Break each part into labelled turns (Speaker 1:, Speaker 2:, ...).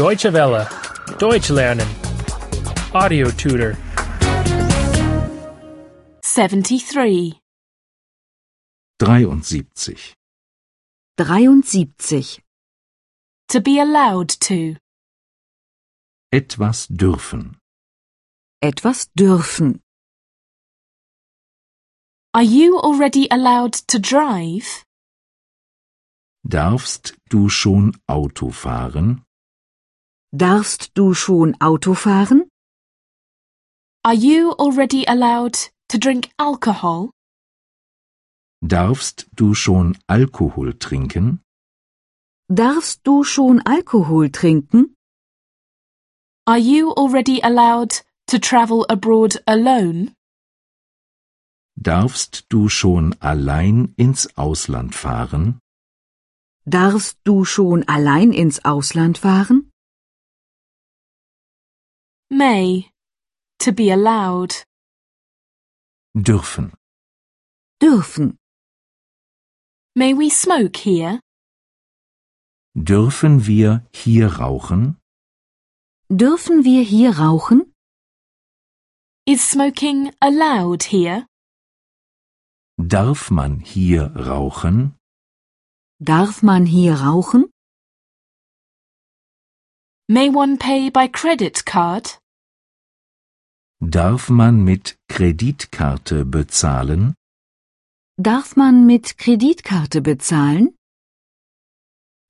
Speaker 1: Deutsche Welle. Deutsch lernen. Audio tutor.
Speaker 2: 73.
Speaker 3: 73.
Speaker 4: 73.
Speaker 2: To be allowed to.
Speaker 3: Etwas dürfen.
Speaker 4: Etwas dürfen.
Speaker 2: Are you already allowed to drive?
Speaker 3: Darfst du schon Auto fahren?
Speaker 4: Darfst du schon Auto fahren?
Speaker 2: Are you already allowed to drink alcohol?
Speaker 3: Darfst du schon Alkohol trinken?
Speaker 4: Darfst du schon Alkohol trinken?
Speaker 2: Are you already allowed to travel abroad alone?
Speaker 3: Darfst du schon allein ins Ausland fahren?
Speaker 4: Darfst du schon allein ins Ausland fahren?
Speaker 2: May. To be allowed.
Speaker 3: Dürfen.
Speaker 4: Dürfen.
Speaker 2: May we smoke here?
Speaker 3: Dürfen wir hier rauchen?
Speaker 4: Dürfen wir hier rauchen?
Speaker 2: Is smoking allowed here?
Speaker 3: Darf man hier rauchen?
Speaker 4: Darf man hier rauchen?
Speaker 2: May one pay by credit card?
Speaker 3: Darf man mit Kreditkarte bezahlen?
Speaker 4: Darf man mit Kreditkarte bezahlen?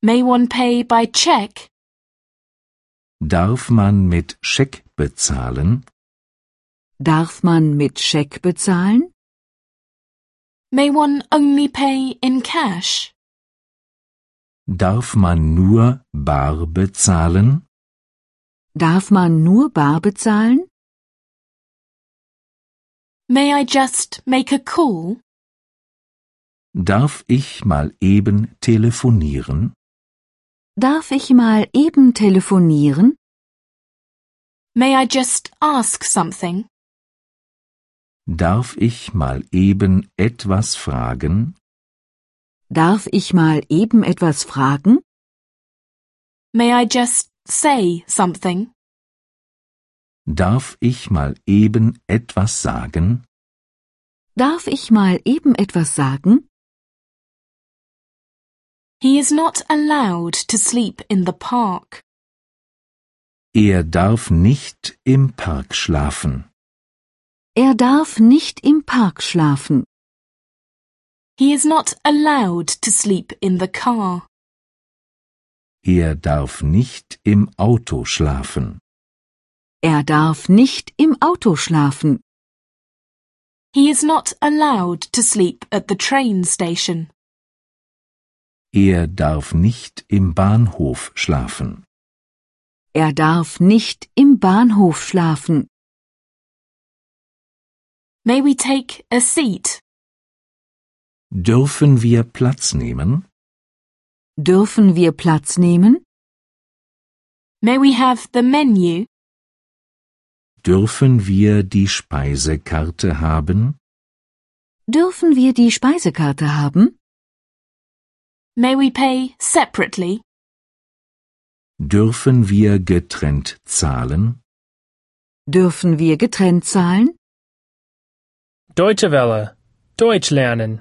Speaker 2: May one pay by check?
Speaker 3: Darf man mit Scheck bezahlen?
Speaker 4: Darf man mit Scheck bezahlen?
Speaker 2: May one only pay in cash?
Speaker 3: Darf man nur bar bezahlen?
Speaker 4: Darf man nur bar bezahlen?
Speaker 2: May I just make a call?
Speaker 3: Darf ich mal eben telefonieren?
Speaker 4: Darf ich mal eben telefonieren?
Speaker 2: May I just ask something?
Speaker 3: Darf ich mal eben etwas fragen?
Speaker 4: Darf ich mal eben etwas fragen?
Speaker 2: May I just say something?
Speaker 3: Darf ich mal eben etwas sagen?
Speaker 4: Darf ich mal eben etwas sagen?
Speaker 2: He is not allowed to sleep in the park.
Speaker 3: Er darf nicht im Park schlafen.
Speaker 4: Er darf nicht im Park schlafen.
Speaker 2: He is not allowed to sleep in the car.
Speaker 3: Er darf nicht im Auto schlafen.
Speaker 4: Er darf nicht im Auto schlafen.
Speaker 2: He is not allowed to sleep at the train station.
Speaker 3: Er darf nicht im Bahnhof schlafen.
Speaker 4: Er darf nicht im Bahnhof schlafen.
Speaker 2: May we take a seat?
Speaker 3: Dürfen wir Platz nehmen?
Speaker 4: Dürfen wir Platz nehmen?
Speaker 2: May we have the menu?
Speaker 3: Dürfen wir die Speisekarte haben?
Speaker 4: Dürfen wir die Speisekarte haben?
Speaker 2: May we pay separately?
Speaker 3: Dürfen wir getrennt zahlen?
Speaker 4: Dürfen wir getrennt zahlen?
Speaker 1: Deutsche Welle. Deutsch lernen.